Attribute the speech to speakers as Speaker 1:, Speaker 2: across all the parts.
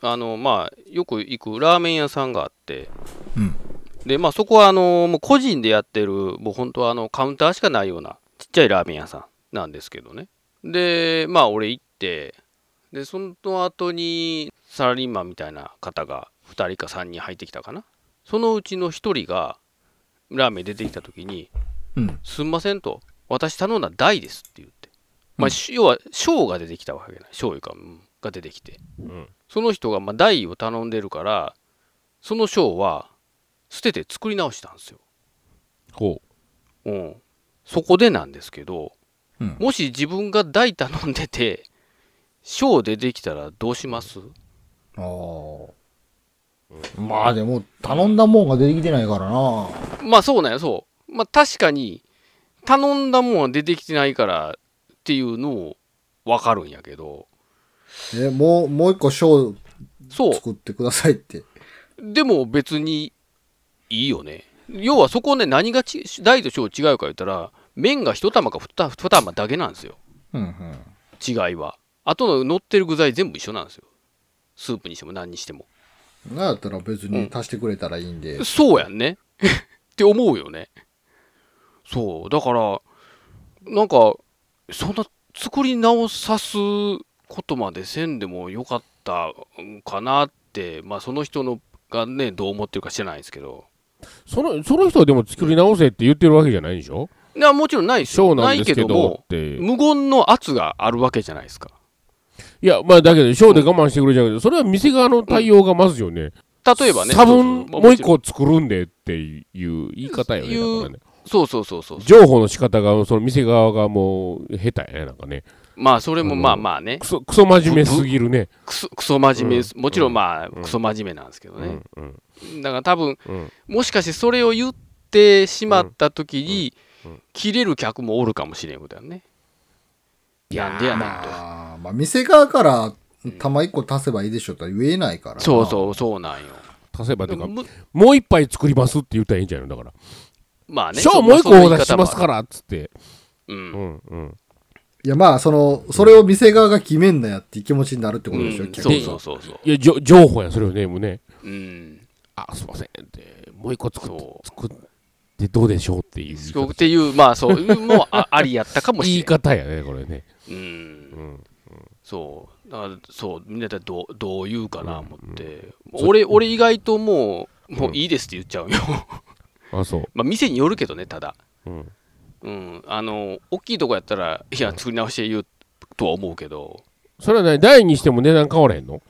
Speaker 1: あの、まあ、よく行くラーメン屋さんがあって、
Speaker 2: うん。
Speaker 1: で、まあ、そこは、あの、もう個人でやってる、もう本当は、あの、カウンターしかないような、ちっちゃいラーメン屋さんなんですけどね。で、まあ、俺行って、で、その後に、サラリーマンみたいな方が、2人か3人入ってきたかな。そのうちの1人が、ラーメン出てきた時に、
Speaker 2: うん。
Speaker 1: すんませんと、私頼んだ大ですって言って。ま
Speaker 2: う
Speaker 1: あ、
Speaker 2: ん
Speaker 1: し要は、小が出てきたわけね。小いうか、うんが出てきて。
Speaker 3: うん。
Speaker 1: その人が、まあ、大を頼んでるから、その小は、捨てて作り直したんですよ。
Speaker 3: ほ
Speaker 1: うん。そこでなんですけど、
Speaker 2: うん。
Speaker 1: もし自分が大頼んでて、小出てきたらどうします
Speaker 2: ああ。まあでも、頼んだもんが出てきてないからな。
Speaker 1: まあそうなんや、そう。まあ確かに、頼んだもんは出てきてないからっていうのをわかるんやけど、
Speaker 2: え、もう、もう一個ショ
Speaker 1: そ
Speaker 2: ー
Speaker 1: う。
Speaker 2: 作ってくださいって。
Speaker 1: でも別にいいよね。要はそこね、何がち大と小違うか言ったら、麺が一玉か二二玉だけなんですよ。
Speaker 2: うんうん。
Speaker 1: 違いは。あとの乗ってる具材全部一緒なんですよ。スープにしても何にしても。
Speaker 2: なんやったら別に足してくれたらいいんで。
Speaker 1: そうやんね。 って思うよね。そう。だから、なんか、そんな作り直さすことまでせんでもよかったんかなって、まあその人のがね、どう思ってるか知らないですけど。
Speaker 3: う。その、その人はでも作り直せって言ってるわけじゃないでしょ
Speaker 1: いや、もちろんないです
Speaker 3: 小
Speaker 1: よ。
Speaker 3: なんですけ
Speaker 1: ないけど
Speaker 3: ど
Speaker 1: も、
Speaker 3: って。
Speaker 1: 無言の圧があるわけじゃないですか。
Speaker 3: いや、まあだけど、ショーで我慢してくれじゃなくて、それは店側の対応がまずよね。
Speaker 1: 例えばね、
Speaker 3: 差分、
Speaker 1: そ
Speaker 3: もう
Speaker 1: そ
Speaker 3: 一個作るんでっていう言い方よね。
Speaker 1: いう
Speaker 3: だからね
Speaker 1: そうそうそうそう。
Speaker 3: 情報の仕方が、その店側がもう、下手やね、なんかね。
Speaker 1: まあ、それもまあまあね
Speaker 3: ク、ソ、クソ真面目すぎるね。
Speaker 1: クソクソ真面目です。
Speaker 3: うん
Speaker 1: もちろんまあ、
Speaker 3: うん
Speaker 1: クソ真面目なんですけど
Speaker 3: う
Speaker 1: ね
Speaker 3: ん。、うん、
Speaker 1: だから多分、
Speaker 3: うん。
Speaker 1: もしかしてそれを言ってしまった時に
Speaker 3: うんうん、
Speaker 1: 切れる客もおるかもしれんことやね。
Speaker 3: いやー
Speaker 1: なんでやねんと。
Speaker 2: あーまあ、店側から玉一個足せばいいでしょとは言えないからな。
Speaker 1: そうそう、そうなんよ。
Speaker 3: 足せばというか、
Speaker 1: む
Speaker 3: もう一杯作りますって言ったらいいんじゃないのだから。
Speaker 1: まあね。
Speaker 3: ショ
Speaker 1: そ
Speaker 3: ーもう一
Speaker 1: そ
Speaker 3: 個オ
Speaker 1: の
Speaker 3: ー
Speaker 1: 言
Speaker 3: ダ
Speaker 1: い
Speaker 3: ーし
Speaker 1: 方もある
Speaker 3: ますからっつって。
Speaker 1: う。
Speaker 3: うんんうん。
Speaker 2: いや、まあ、その、それを店側が決めんなやっていう気持ちになるってこと
Speaker 1: う
Speaker 2: でしょ、
Speaker 1: ん
Speaker 2: 結
Speaker 1: そう
Speaker 2: 局
Speaker 1: そうそうそう。
Speaker 3: いや、じょ情報や、それをね、もうね。
Speaker 1: うん。
Speaker 3: あ、すいませんって、もう一個作っ
Speaker 1: そう
Speaker 3: 作ってどうでしょうっていう言い
Speaker 1: す
Speaker 3: 方
Speaker 1: ごくっていう、まあそういうのもあありやったかも
Speaker 3: 言い
Speaker 1: しれ
Speaker 3: 方やね、これね。
Speaker 1: ない。う。
Speaker 3: うんん。
Speaker 1: そう。だから、そう、みんなでどうどう言うかな思って。俺、俺意外ともう、もういいですって言っちゃうよ。
Speaker 3: あ、そう。
Speaker 1: まあ店によるけどね、ただ。
Speaker 3: うん。
Speaker 1: うん。あの、大きいとこやったら、いや、作り直して言うとは思うけど。
Speaker 3: それはね、台にしても値段変わらへんの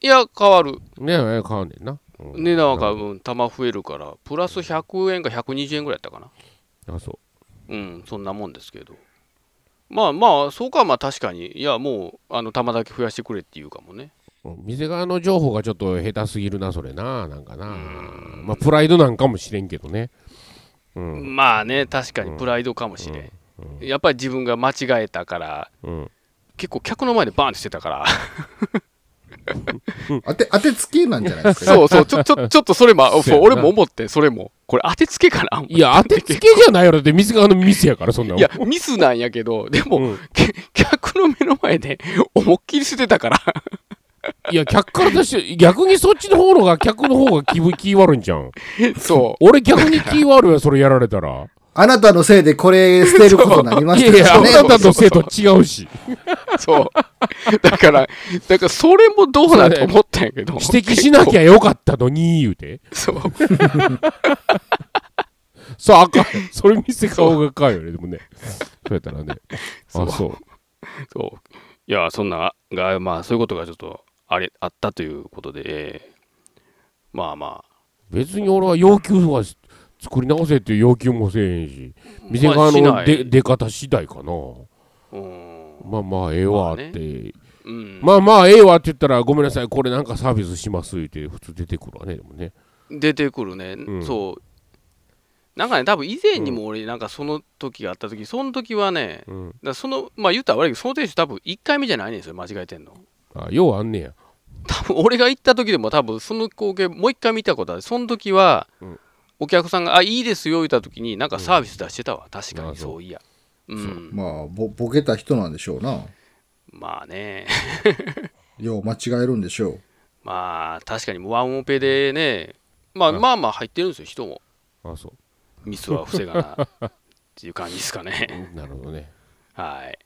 Speaker 1: いや、変わる。
Speaker 3: 値段は変わんねんな。うん
Speaker 1: 値段が、うん、玉増えるから、プラス100円か120円ぐらいやったかな。
Speaker 3: あ、そ
Speaker 1: うん、そんなもんですけど。まあまあ、そうか、まあ確かに、いや、もう、あの、玉だけ増やしてくれっていうかもね。
Speaker 3: う。うん店側の情報がちょっと下手すぎるな、それな、なんかな。まあ、プライドなんかもしれんけどね。うん。
Speaker 1: まあね、確かにプライドかもしれん。やっぱり自分が間違えたから、
Speaker 3: うん。
Speaker 1: 結構客の前でバーンってしてた から、
Speaker 2: 当て、当てつけなんじゃないですか。
Speaker 1: そうそう、ちょちょちょっとそれも、
Speaker 3: そうやな
Speaker 1: 俺も思って、それも、これ当てつけかな。
Speaker 3: いや、当てつけじゃないよ。だって店側のミスやから、そんなの
Speaker 1: いや、ミスなんやけど、でも、
Speaker 3: うん
Speaker 1: け客の目の前で思いっきり捨てた から、
Speaker 3: いや、客から出して、逆にそっちの方のが、客の方が気分、気悪いんじゃん。
Speaker 1: そ
Speaker 3: 俺逆に気悪いわ、それやられたら。
Speaker 2: あなたのせいでこれ捨てることになりま
Speaker 3: い
Speaker 2: し
Speaker 3: や
Speaker 2: た
Speaker 3: いや、あ
Speaker 2: よね。
Speaker 3: なたの生徒違うし。
Speaker 1: う、そう。だから、だからそれもどうなんて思ったんやけど、
Speaker 3: 指摘しなきゃよかったのに、言うて。
Speaker 1: そう。
Speaker 3: そう、あかん。 それ見せ顔がかんよね、でもね。そうやったらね。あ、そう。
Speaker 1: そういやそんながまあそういうことがちょっとあれあったということで、えーまあまあ
Speaker 3: 別に俺は要求はし作り直せっていう要求もせえへんし、店
Speaker 1: まあ
Speaker 3: 側
Speaker 1: しな
Speaker 3: の
Speaker 1: い
Speaker 3: 出出方次第かな。
Speaker 1: うーん
Speaker 3: まあまあ、ええわっ
Speaker 1: まあ
Speaker 3: て。
Speaker 1: うん
Speaker 3: まあまあ、ええわって言ったら、ごめんなさい、これなんかサービスします言うて、普通出てくるわね、でもね。
Speaker 1: 出てくるね、
Speaker 3: うん
Speaker 1: そうなんかね多分以前にも俺なんかその時があった時その時はね
Speaker 3: うん。
Speaker 1: だからそのまあ言ったら悪いけどその店主多分1回目じゃないんですよ間違えてんの
Speaker 3: あ、ようあんねや。
Speaker 1: 多分俺が行った時でも多分その光景もう1回見たことあるその時は、
Speaker 3: うん
Speaker 1: お客さんが「あいいですよ」言った時になんかサービス出してたわ、確か
Speaker 3: あ
Speaker 1: に
Speaker 3: あそう
Speaker 1: そういやうん
Speaker 2: まあ、ぼ、ボケた人なんでしょうな。
Speaker 1: まあね
Speaker 2: よう間違えるんでしょう。
Speaker 1: まあ確かにワンオペでね、まあ、
Speaker 3: うん
Speaker 1: まあまあ入ってるんですよ人も
Speaker 3: あそ
Speaker 1: ミスは防がなっていう感じですかね
Speaker 3: うなるほどね
Speaker 1: はい